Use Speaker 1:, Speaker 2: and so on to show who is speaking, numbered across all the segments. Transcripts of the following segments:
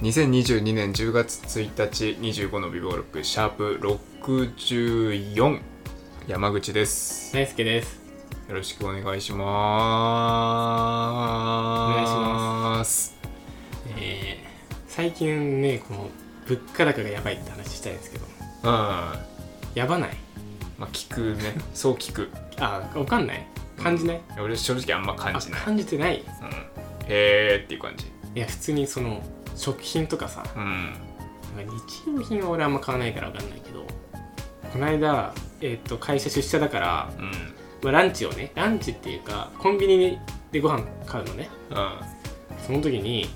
Speaker 1: 2022年10月1日25のビボロックシャープ64山口です
Speaker 2: 大輔です
Speaker 1: よろしくお願いします
Speaker 2: お願いしますえー最近ねこの物価高がやばいって話したいんですけど
Speaker 1: うんま
Speaker 2: やばない
Speaker 1: あ聞くねそう聞く
Speaker 2: あわかんない 感じない、
Speaker 1: 俺正直あんま感じない
Speaker 2: あ、感じてないい
Speaker 1: うん、へーっていう感じ
Speaker 2: や普通にその食品とかさ
Speaker 1: うん
Speaker 2: なんか日用品は俺あんま買わないからわかんないけどこの間、えー、と会社出社だから、
Speaker 1: うん
Speaker 2: まあ、ランチをねランチっていうかコンビニでご飯買うのね
Speaker 1: うんうん
Speaker 2: その時に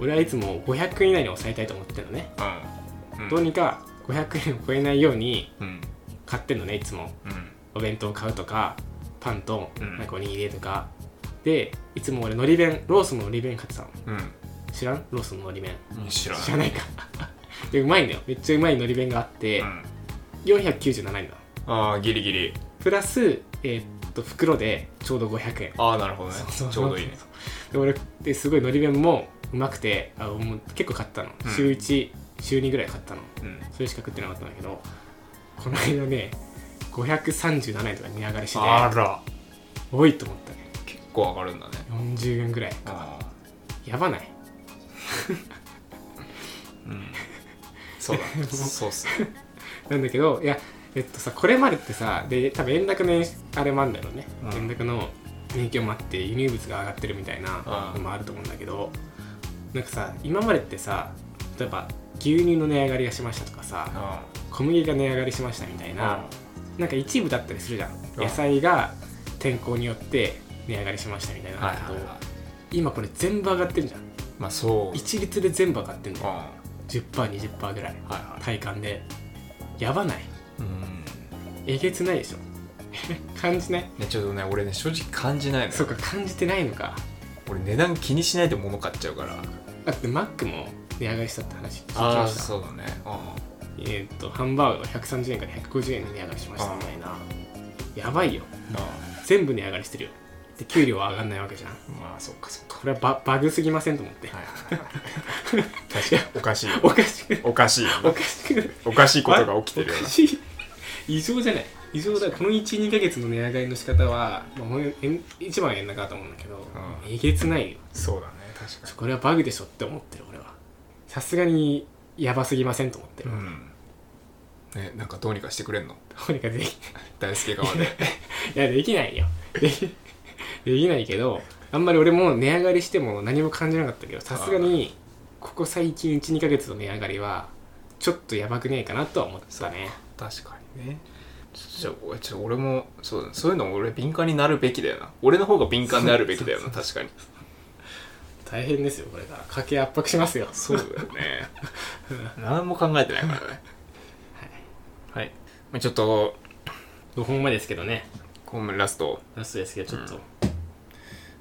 Speaker 2: 俺はいつも500円以内に抑えたいと思ってるのね、
Speaker 1: うん
Speaker 2: どうにか500円を超えないように
Speaker 1: うん
Speaker 2: 買ってんのねいつも
Speaker 1: うん
Speaker 2: お弁当買うとかパンと
Speaker 1: うん
Speaker 2: なんかおにぎりとか、でいつも俺のり弁ローソンののり弁買ってたの知らんローソンののり弁
Speaker 1: うん知らない
Speaker 2: 知らないか でうまいんだよめっちゃうまいのり弁があって、
Speaker 1: うん、
Speaker 2: 497円だ
Speaker 1: ああギリギリ
Speaker 2: プラス、えーっと袋でちょうど500円
Speaker 1: ああなるほどね
Speaker 2: そうそう
Speaker 1: ちょうどいいね
Speaker 2: で俺ですごいのり弁もうまくてあもう結構買ったの
Speaker 1: うん
Speaker 2: 週1、週2ぐらい買ったの
Speaker 1: うん
Speaker 2: それしか食ってなかったんだけどこの間ね537円とか値上がりして
Speaker 1: あ
Speaker 2: ね
Speaker 1: ら
Speaker 2: 多いと思ったね
Speaker 1: 結構上がるんだね
Speaker 2: 40円ぐらい
Speaker 1: ああ
Speaker 2: やばない
Speaker 1: うんそうだねそうっすね
Speaker 2: なんだけどいやえっとさこれまでってさで多分円高のあれもあるんだろうね、
Speaker 1: うん
Speaker 2: 円高の影響もあって輸入物が上がってるみたいな
Speaker 1: う
Speaker 2: の
Speaker 1: ん
Speaker 2: もあると思うんだけどなんかさ今までってさ例えば牛乳の値上がりがしましたとかさ
Speaker 1: あ
Speaker 2: 小麦が値上がりしましたみたいな、なんか一部だったりするじゃん、
Speaker 1: うん
Speaker 2: 野菜が天候によって値上がりしましたみたいなの
Speaker 1: は
Speaker 2: だ
Speaker 1: い
Speaker 2: けど、
Speaker 1: はいはい
Speaker 2: 今これ全部上がってるじゃん
Speaker 1: まあそう
Speaker 2: 一律で全部上がってるん
Speaker 1: うん
Speaker 2: だよ
Speaker 1: は
Speaker 2: 10%20% ぐらい
Speaker 1: いは
Speaker 2: 体感でやばない
Speaker 1: いうん
Speaker 2: えげつないでしょ 感じない
Speaker 1: ねちょっとね俺ね正直感じないの
Speaker 2: そう
Speaker 1: よ
Speaker 2: か感じてないのか
Speaker 1: 俺値段気にしないで物買っちゃうから
Speaker 2: だってマックも値上がりしたって話聞き
Speaker 1: あ
Speaker 2: ま
Speaker 1: あ
Speaker 2: した
Speaker 1: そうだねう
Speaker 2: えーっとハンバーグが130円から150円に値上がりしましたみたいなやばいよ
Speaker 1: んあ
Speaker 2: 全部値上がりしてるよで給料は上がんないわけじゃん
Speaker 1: あまあそっかそっか
Speaker 2: これはババグすぎませんと思って、
Speaker 1: はいはいはい確かに おかしいよ
Speaker 2: おかしく
Speaker 1: おかしいよ
Speaker 2: おかしく
Speaker 1: おかしいことが起きてるよ
Speaker 2: おかしい異常じゃない異常だこの12ヶ月の値上がりの仕方は、まあほん、円一番円高だと思うんだけど、
Speaker 1: う
Speaker 2: えげつないよ
Speaker 1: そうだね確か
Speaker 2: ちょこれはバグでしょって思ってる俺はさすがにやばすぎませんと思ってる、
Speaker 1: うんねなんかどうにかしてくれんの
Speaker 2: どうにかできい
Speaker 1: 大輔側で
Speaker 2: やできないよ できできないけどあんまり俺も値上がりしても何も感じなかったけどさすがにここ最近12ヶ月の値上がりはちょっとやばくねえかなとは思ったね
Speaker 1: 確かにねちょっとじゃあちょっと俺もそうだ、ね、そういうの俺敏感になるべきだよな俺の方が敏感になるべきだよ な確かに
Speaker 2: 大変ですよこれから家計圧迫しますよ
Speaker 1: そうだよ ね何も考えてないからねはい、まあ、ちょっと
Speaker 2: 5本目ですけどね
Speaker 1: ごめんラスト
Speaker 2: ラストですけどちょっと、
Speaker 1: うん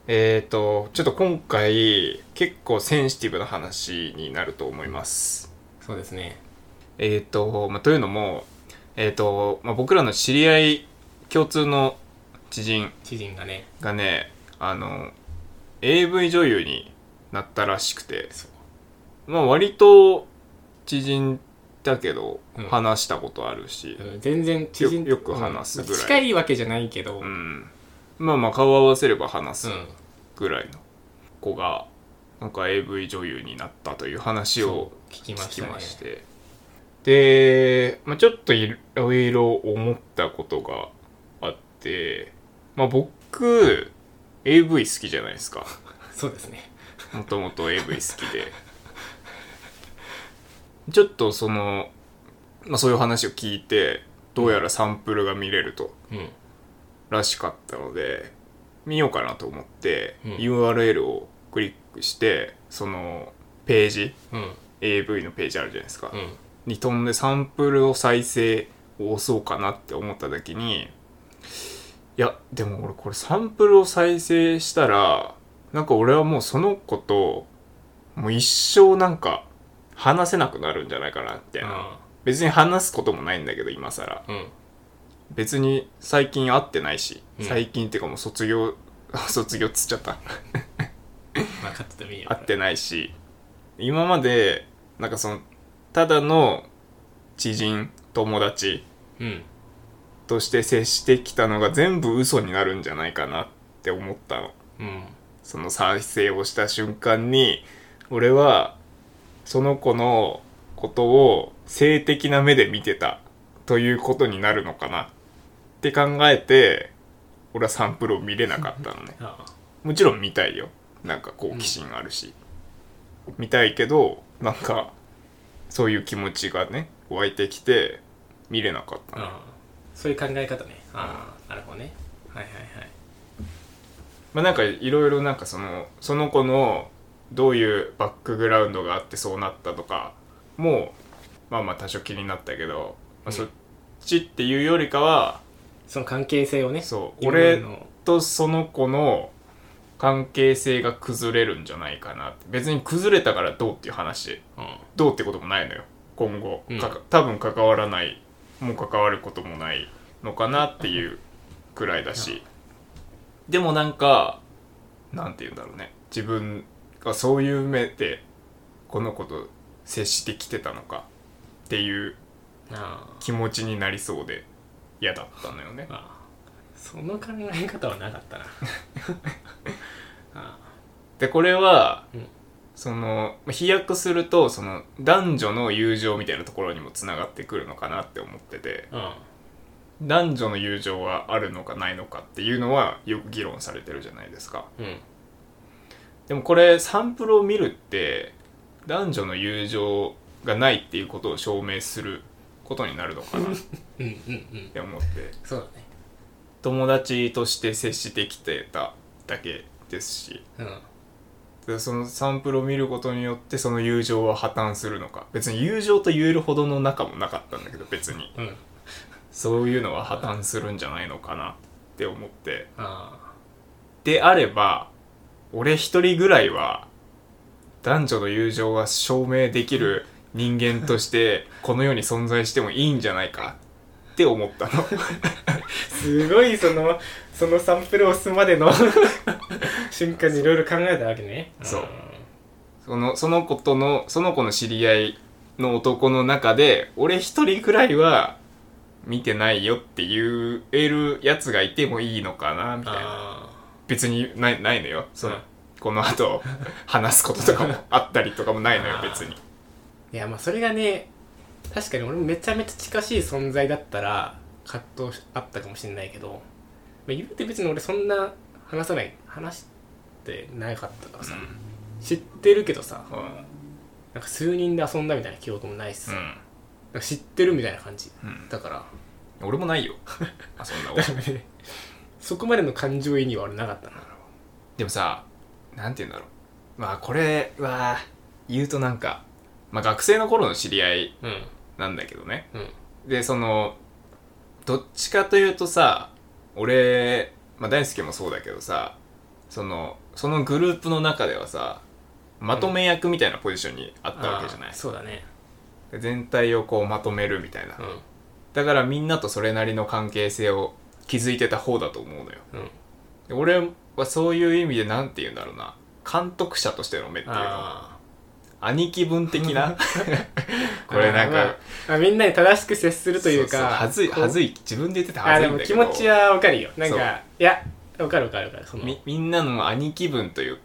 Speaker 1: えっ、ー、とちょっと今回結構センシティブな話になると思います
Speaker 2: そうですね
Speaker 1: えーとまあ、というのも、えーとまあ、僕らの知り合い共通の知人
Speaker 2: 知人がね
Speaker 1: がねあの AV 女優になったらしくて、
Speaker 2: そう
Speaker 1: まあ、割と知人だけど
Speaker 2: うん
Speaker 1: 話したことあるし、
Speaker 2: うん全然知人
Speaker 1: よく話すぐらい
Speaker 2: うん近いわけじゃないけど、
Speaker 1: う
Speaker 2: うん
Speaker 1: んまあまあ顔合わせれば話すぐらいの子がなんか AV 女優になったという話を
Speaker 2: 聞きま
Speaker 1: 聞
Speaker 2: し
Speaker 1: き
Speaker 2: たね
Speaker 1: まして、で、まあ、ちょっといろいろ思ったことがあって、まあ、僕 AV 好きじゃないですか
Speaker 2: そうですね
Speaker 1: もともと AV 好き でちょっとその、まあ、そういう話を聞いてどうやらサンプルが見れると
Speaker 2: うん
Speaker 1: らしかったので見ようかなと思って、
Speaker 2: うん
Speaker 1: URL をクリックしてそのページ
Speaker 2: うん
Speaker 1: AV のページあるじゃないですか、
Speaker 2: うん
Speaker 1: に飛んでサンプルを再生を押そうかなって思った時にいやでも俺これサンプルを再生したらなんか俺はもうその子ともう一生なんか話せなくなるんじゃないかなって別に話すこともないんだけど今更
Speaker 2: うん
Speaker 1: 別に最近会ってないし、
Speaker 2: うん
Speaker 1: 最近っていうかもう卒業 卒業っつっちゃった
Speaker 2: 分かっててもいいよ
Speaker 1: 会ってないし今までなんかそのただの知人友達
Speaker 2: うん
Speaker 1: として接してきたのが全部嘘になるんじゃないかなって思ったの
Speaker 2: うん
Speaker 1: その再生をした瞬間に俺はその子のことを性的な目で見てたということになるのかなって考えて俺はサンプルを見れなかったのね
Speaker 2: ああ
Speaker 1: もちろん見たいよなんか好奇心あるし、見たいけどなんかそういう気持ちがね湧いてきて見れなかったの、
Speaker 2: ああそういう考え方ねああなるほどねはいはいはい
Speaker 1: まあなんかいろいろなんかそのその子のどういうバックグラウンドがあってそうなったとかもまあまあ多少気になったけど、まあ、そっちっていうよりかは、
Speaker 2: その関係性をね
Speaker 1: そう
Speaker 2: 今まで
Speaker 1: 俺
Speaker 2: の
Speaker 1: とその子の関係性が崩れるんじゃないかなって別に崩れたからどうっていう話
Speaker 2: うん
Speaker 1: どうってこともないのよ今後、
Speaker 2: うん
Speaker 1: かか多分関わらないもう関わることもないのかなっていうくらいだしでもなんかなんて言うんだろうね自分がそういう目でこの子と接してきてたのかっていう
Speaker 2: ああ
Speaker 1: 気持ちになりそうで嫌だったのよね
Speaker 2: ああその考え方はなか ったなあ
Speaker 1: でこれは、
Speaker 2: うん
Speaker 1: そのまあ飛躍するとその男女の友情みたいなところにもつながってくるのかなって思ってて
Speaker 2: あ
Speaker 1: 男女の友情はあるのかないのかっていうのはよく議論されてるじゃないですか
Speaker 2: うんうん
Speaker 1: でもこれサンプルを見るって男女の友情がないっていうことを証明することになるのかなっ
Speaker 2: うんうんうん
Speaker 1: て思って
Speaker 2: そうだね
Speaker 1: 友達として接してきてただけですし
Speaker 2: うん
Speaker 1: でそのサンプルを見ることによってその友情は破綻するのか別に友情と言えるほどの仲もなかったんだけど別に
Speaker 2: うん
Speaker 1: そういうのは破綻するんじゃないのかなって思って
Speaker 2: あ
Speaker 1: であれば俺一人ぐらいは男女の友情は証明できる人間としてこの世に存在してもいいんじゃないかって思ったの
Speaker 2: あすごいそのそのサンプルを押すまでの 瞬間にいろいろ考えたわけね
Speaker 1: そうそのその子とのその子の知り合いの男の中で俺一人ぐらいは見てないよって言えるやつがいてもいいのかなみたいな
Speaker 2: あ
Speaker 1: 別にないないのよその、
Speaker 2: うん
Speaker 1: この後話すこととかもあったりとかもないのよ別 に
Speaker 2: あいやまあそれがね確かに俺もめちゃめちゃ近しい存在だったら葛藤あったかもしれないけど、まあ、言うて別に俺そんな話さない話してなかったからさ、知ってるけどさ
Speaker 1: うん
Speaker 2: なんか数人で遊んだみたいな記憶もないし
Speaker 1: う
Speaker 2: さ、
Speaker 1: ん
Speaker 2: なんか知ってるみたいな感じ
Speaker 1: うん
Speaker 2: だ から
Speaker 1: 俺もないよあそんなこ
Speaker 2: だ
Speaker 1: と
Speaker 2: からねそこまでの感情移入は俺なかったな
Speaker 1: でもさなんて言うんだろうまあこれは言うとなんか、まあ、学生の頃の知り合い
Speaker 2: うん
Speaker 1: なんだけどね
Speaker 2: うん
Speaker 1: でそのどっちかというとさ俺、まあ、大輔もそうだけどさそのそのグループの中ではさまとめ役みたいなポジションにあったわけじゃない
Speaker 2: あー、そうだね
Speaker 1: で全体をこうまとめるみたいな、
Speaker 2: うん
Speaker 1: だからみんなとそれなりの関係性を築いてた方だと思うのよ
Speaker 2: うん
Speaker 1: で俺はそういう意味で何て言うんだろうな監督者としての目っていうの
Speaker 2: あ
Speaker 1: 兄貴分的 な
Speaker 2: ー
Speaker 1: これなん
Speaker 2: あー
Speaker 1: か
Speaker 2: まあ、あみんなに正しく接するという
Speaker 1: そ
Speaker 2: か
Speaker 1: そはずい
Speaker 2: こう
Speaker 1: はずい自分で言ってて
Speaker 2: あ
Speaker 1: はず
Speaker 2: で
Speaker 1: いん
Speaker 2: も
Speaker 1: だ
Speaker 2: 気
Speaker 1: けど
Speaker 2: 持ちはわかるよなん
Speaker 1: そう
Speaker 2: かいやわかるわかるわかるその
Speaker 1: みみんなの兄貴分という
Speaker 2: ま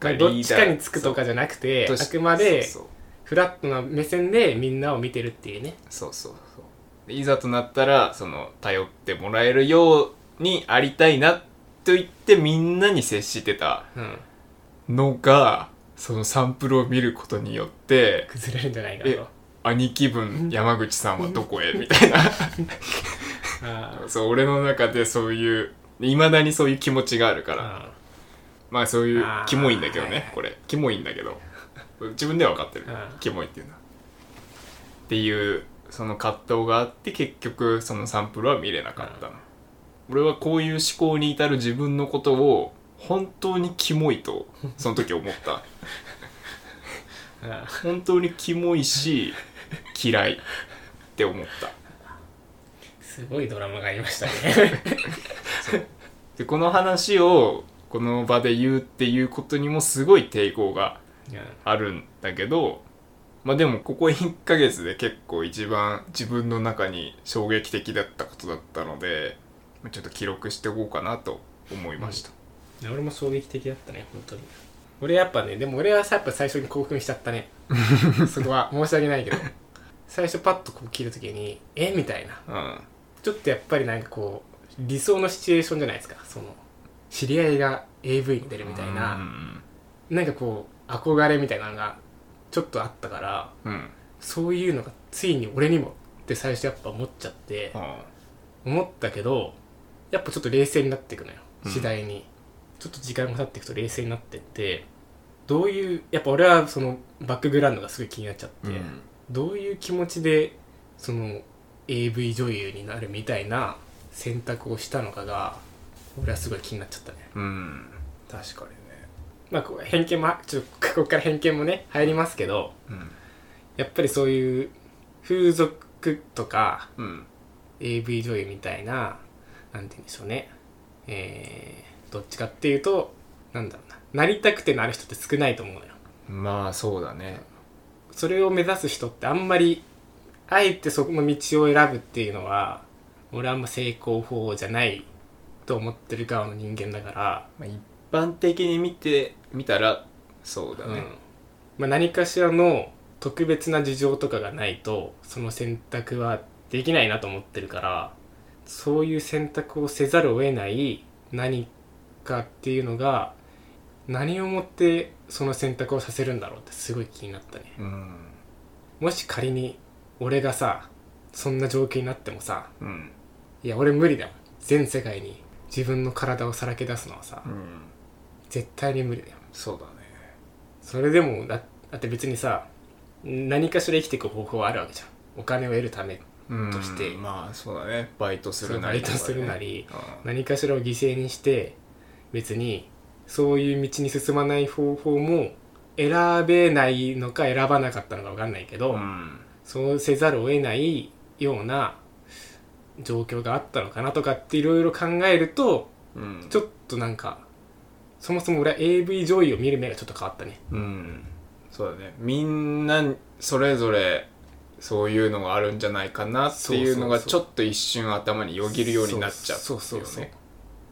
Speaker 1: か
Speaker 2: あ
Speaker 1: リーダ
Speaker 2: ど
Speaker 1: ー
Speaker 2: っちかにつくとかじゃなくて
Speaker 1: そう
Speaker 2: あくまで
Speaker 1: そう
Speaker 2: フラットな目線でみんなを見てるっていうね
Speaker 1: そうそうそうそうでいざとなったらその頼ってもらえるようにありたいなと言ってみんなに接してた
Speaker 2: うん
Speaker 1: のがそのサンプルを見ることによって
Speaker 2: 崩れるんじゃないか
Speaker 1: え
Speaker 2: と
Speaker 1: 兄貴分山口さんはどこへ みたいな
Speaker 2: あー
Speaker 1: そう俺の中でそういういまだにそういう気持ちがあるから
Speaker 2: あ
Speaker 1: まあそういう
Speaker 2: あー
Speaker 1: キモいんだけど
Speaker 2: はいは
Speaker 1: ね
Speaker 2: い
Speaker 1: これキモいんだけど自分では分かってる
Speaker 2: うん
Speaker 1: キモいっていうのはっていうその葛藤があって結局そのサンプルは見れなかったの俺はこういう思考に至る自分のことを本当にキモいとその時思った
Speaker 2: ーあー
Speaker 1: 本当にキモい し嫌いって思った
Speaker 2: すごいドラマがありまし たね
Speaker 1: でこの話をこの場で言うっていうことにもすごい抵抗が
Speaker 2: うん
Speaker 1: あるんだけどまあでもここ1ヶ月で結構一番自分の中に衝撃的だったことだったのでまあちょっと記録しておこうかなと思いました、
Speaker 2: いや俺も衝撃的だったね本当に俺やっぱねでも俺はさやっぱ最初に興奮しちゃったねそこは申し 訳ないけど最初パッとこう聞いた時にえみたいな
Speaker 1: うん
Speaker 2: ちょっとやっぱりなんかこう理想のシチュエーションじゃないですかその知り合いが AV に出るみたいな、なんかこう憧れみたいなのがちょっとあったから
Speaker 1: うんうん
Speaker 2: そういうのがついに俺にもって最初やっぱ思っちゃって
Speaker 1: あ
Speaker 2: 思ったけどやっぱちょっと冷静になっていくのよ
Speaker 1: うん
Speaker 2: 次第に、ちょっと時間が経っていくと冷静になってってどういうやっぱ俺はそのバックグラウンドがすごい気になっちゃって、
Speaker 1: うん
Speaker 2: どういう気持ちでその AV 女優になるみたいな選択をしたのかが俺はすごい気になっちゃったね
Speaker 1: うん確かにね
Speaker 2: まあこう偏見もちょっとここから偏見もね入りますけど
Speaker 1: うん
Speaker 2: やっぱりそういう風俗とか
Speaker 1: うん
Speaker 2: AV 女優みたいな、なんて言うんでしょうね。えー、どっちかっていうと、なんだろうな。なりたくてなる人って少ないと思うのよ。
Speaker 1: まあそうだね
Speaker 2: それを目指す人ってあんまり、あえてそこの道を選ぶっていうのは、俺あんま成功法じゃないと思ってる側の人間だから、
Speaker 1: まあ一般的に見てみたらそうだ
Speaker 2: うん
Speaker 1: ね
Speaker 2: まあ、何かしらの特別な事情とかがないとその選択はできないなと思ってるからそういう選択をせざるを得ない何かっていうのが何をもってその選択をさせるんだろうってすごい気になったね
Speaker 1: うん
Speaker 2: もし仮に俺がさそんな状況になってもさ
Speaker 1: うん
Speaker 2: いや俺無理だよ全世界に自分の体をさらけ出すのはさ
Speaker 1: うん
Speaker 2: 絶対に無理だよ
Speaker 1: そうだね
Speaker 2: それでもだだって別にさ何かしら生きていく方法はあるわけじゃんお金を得るため
Speaker 1: うん
Speaker 2: として
Speaker 1: まあそうだねバイトするな
Speaker 2: バ
Speaker 1: り
Speaker 2: イ
Speaker 1: と
Speaker 2: ト
Speaker 1: かね
Speaker 2: するなり
Speaker 1: うん
Speaker 2: 何かしらを犠牲にして別にそういう道に進まない方法も選べないのか選ばなかったのか分かんないけど、
Speaker 1: うん
Speaker 2: そうせざるを得ないような状況があったのかなとかっていろいろ考えると
Speaker 1: うん
Speaker 2: ちょっとなんかそもそも俺は AV 女優を見る目がちょっと変わったね
Speaker 1: うんそうだねみんなそれぞれそういうのがあるんじゃないかなっていうのが
Speaker 2: そう
Speaker 1: ち
Speaker 2: そ
Speaker 1: ょっと一瞬頭によぎるようになっちゃう
Speaker 2: そうそうそうそう
Speaker 1: よね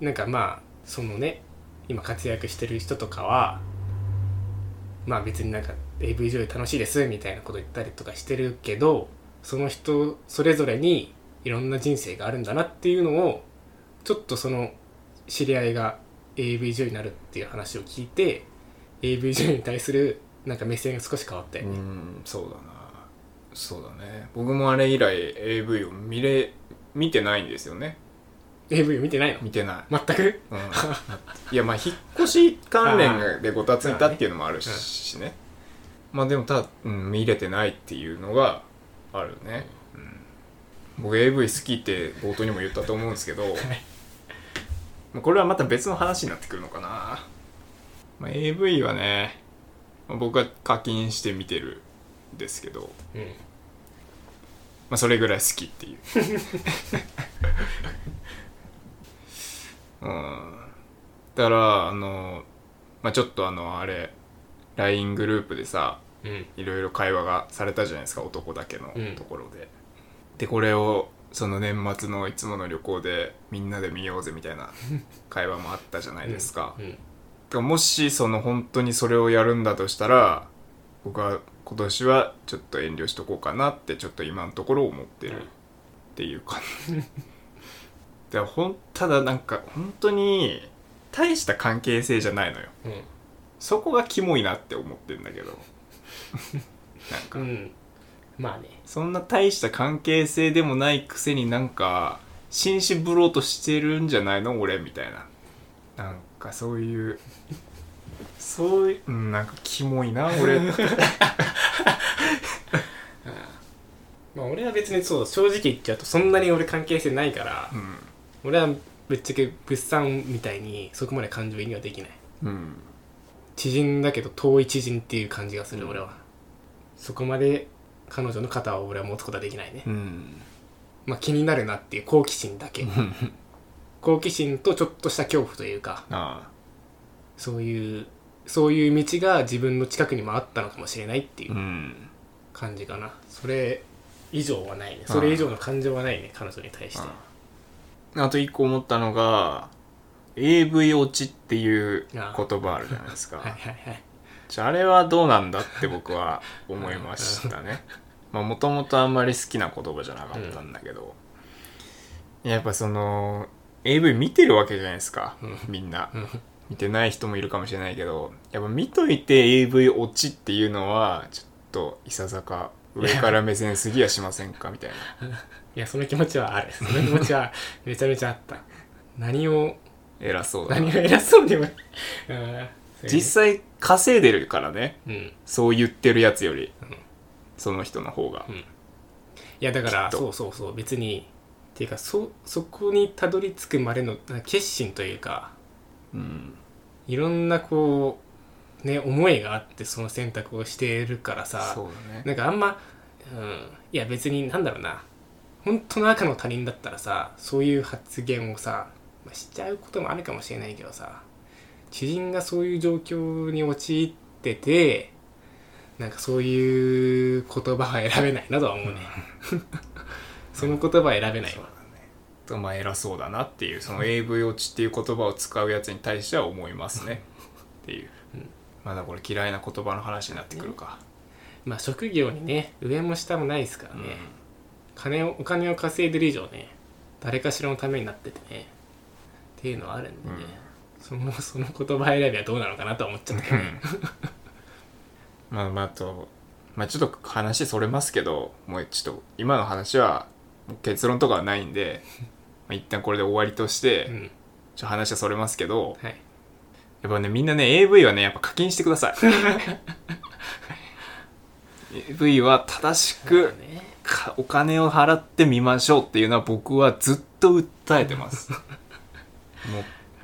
Speaker 2: なんかまあそのね今活躍してる人とかはまあ別になんか AV 女優楽しいですみたいなこと言ったりとかしてるけどその人それぞれにいろんな人生があるんだなっていうのをちょっとその知り合いが AV 女優になるっていう話を聞いて AV 女優に対するなんか目線が少し変わったよ
Speaker 1: う
Speaker 2: ね、
Speaker 1: んそうだなそうだね僕もあれ以来 AV を見れ見てないんですよね
Speaker 2: AV 見てないの
Speaker 1: 見てない、
Speaker 2: 全く
Speaker 1: うん、いやまあ引っ越し関連でごたついたっていうのもあるしねまあでもただ、うん、見れてないっていうのがあるね、うん、僕 AV 好きって冒頭にも言ったと思うんですけど、まあこれはまた別の話になってくるのかな、まあ、AV はね、まあ僕は課金して見てるんですけど、
Speaker 2: うん
Speaker 1: まあ、それぐらい好きっ ていううんだからあの、まあ、ちょっとあのあれ LINE グループでさ
Speaker 2: うん
Speaker 1: いろいろ会話がされたじゃないですか男だけの
Speaker 2: うん
Speaker 1: ところで、でこれをその年末のいつもの旅行でみんなで見ようぜみたいな会話もあったじゃないですか、
Speaker 2: うん
Speaker 1: だからもしその本当にそれをやるんだとしたら僕は今年はちょっと遠慮しとこうかなってちょっと今のところ思ってるっていう感じだからほんただなんか本当に大した関係性じゃないのよ
Speaker 2: うん
Speaker 1: そこがキモいなって思ってんだけどなんか
Speaker 2: うんまあね
Speaker 1: そんな大した関係性でもないくせになんか紳士ぶろうとしてるんじゃないの俺みたいななんかそういうそういううんなんかキモいな俺
Speaker 2: まあ俺は別にそう正直言っちゃうとそんなに俺関係性ないから、
Speaker 1: うん
Speaker 2: 俺はぶっちゃけ物産みたいにそこまで感情移入はできない
Speaker 1: うん
Speaker 2: 知人だけど遠い知人っていう感じがする、俺はそこまで彼女の肩を俺は持つことはできないね、
Speaker 1: うん
Speaker 2: まあ気になるなっていう好奇心だけ好奇心とちょっとした恐怖というか
Speaker 1: ああ
Speaker 2: そういうそういう道が自分の近くにもあったのかもしれないっていう
Speaker 1: うん
Speaker 2: 感じかなそれ以上はないねそれ以上の感情はないね彼女に対してあ
Speaker 1: あと一個思ったのが AV 落ちっていう言
Speaker 2: あ
Speaker 1: 葉あるじゃないですか、
Speaker 2: はいはいはい
Speaker 1: じゃああれはどうなんだって僕は思いました ねまあもともとあんまり好きな言葉じゃなかったんだけど、やっぱその AV 見てるわけじゃないですか、
Speaker 2: うん
Speaker 1: みんな
Speaker 2: うん
Speaker 1: 見てない人もいるかもしれないけどやっぱ見といて AV 落ちっていうのはちょっといささか上から目線すぎやしませんかみたい ない
Speaker 2: やその気持ちはあるその気持 ちはめちゃめちゃあった何を
Speaker 1: 偉そうだな
Speaker 2: 何を偉そうでもうん
Speaker 1: 実際稼いでるからね
Speaker 2: うんい
Speaker 1: そう言ってるやつより、
Speaker 2: ん
Speaker 1: その人の方が、
Speaker 2: やだか
Speaker 1: きっ
Speaker 2: ら
Speaker 1: と
Speaker 2: そうそうそう別にっていうかそそこにたどり着くまでのなんか決心というか
Speaker 1: うん
Speaker 2: いろんなこうね思いがあってその選択をしているからさ
Speaker 1: そうだね
Speaker 2: なんかあんま、うん、いや別になんだろうな本当の赤の他人だったらさそういう発言をさ、まあ、しちゃうこともあるかもしれないけどさ知人がそういう状況に陥っててなんかそういう言葉は選べないなとは思うね その言葉は選べないわ
Speaker 1: とまあ偉そうだなっていうその AV 落ちっていう言葉を使うやつに対しては思いますねっていう、まだこれ嫌いな言葉の話になってくるか、
Speaker 2: まあ職業にね上も下もないですから
Speaker 1: う
Speaker 2: ね、
Speaker 1: ん
Speaker 2: 金をお金を稼いでる以上ね誰かしらのためになっててねっていうのはあるんでね、そのその言葉選びはどうなのかなとは思っちゃったけどね
Speaker 1: まあまああとまあちょっと話それますけどもうちょっと今の話はもう結論とかはないんでまあ一旦これで終わりとして、
Speaker 2: うん
Speaker 1: ちょっと話はそれますけど
Speaker 2: はい
Speaker 1: やっぱねみんなね AV はねやっぱ課金してくだ さい AV は正しく
Speaker 2: ね
Speaker 1: かお金を払ってみましょうっていうのは僕はずっと訴えてます もう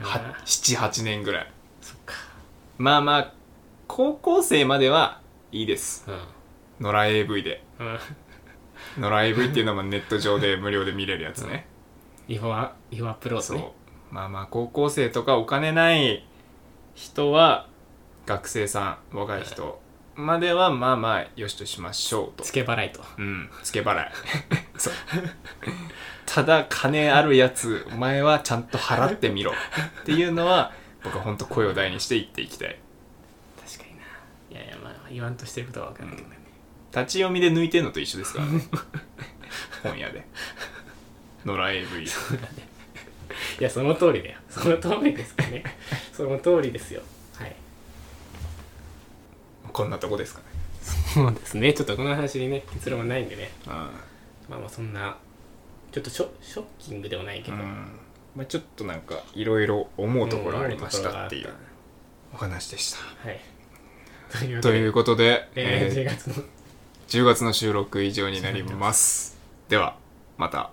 Speaker 1: は
Speaker 2: あ
Speaker 1: 78年ぐらい
Speaker 2: そっか
Speaker 1: まあまあ高校生まではいいです野良 AV で
Speaker 2: うん、うん、
Speaker 1: 野良 AV っていうのもネット上で無料で見れるやつね
Speaker 2: 違法ア違法アップロー
Speaker 1: そ
Speaker 2: ド
Speaker 1: う
Speaker 2: ね
Speaker 1: まあまあ高校生とかお金ない人は学生さん若い人まではまあまあよしとしましょうと
Speaker 2: 付け払いと
Speaker 1: うん付け払い そうただ金あるやつお前はちゃんと払ってみろっていうのは僕は本当声を大にして言っていきたい
Speaker 2: 確かにないやいやまあ言わんとしてることは分かるけどね、
Speaker 1: 立ち読みで抜いてんのと一緒ですからね本屋で野良 AV
Speaker 2: いやその通りだよその通りですか ねその通りですよはい
Speaker 1: こんなとこですかね
Speaker 2: そうですねちょっとこの話にね結論はないんでね
Speaker 1: うん
Speaker 2: まあまあそんなちょっとショショッキングではないけ
Speaker 1: う
Speaker 2: ど、
Speaker 1: んまあ、ちょっとなんかいろいろ思うところありましたっていう
Speaker 2: 思うとこ
Speaker 1: お話でした。
Speaker 2: はい。という
Speaker 1: といううことで、
Speaker 2: えー、
Speaker 1: え
Speaker 2: 10月の
Speaker 1: ー10月の収録以上になります。ではまた。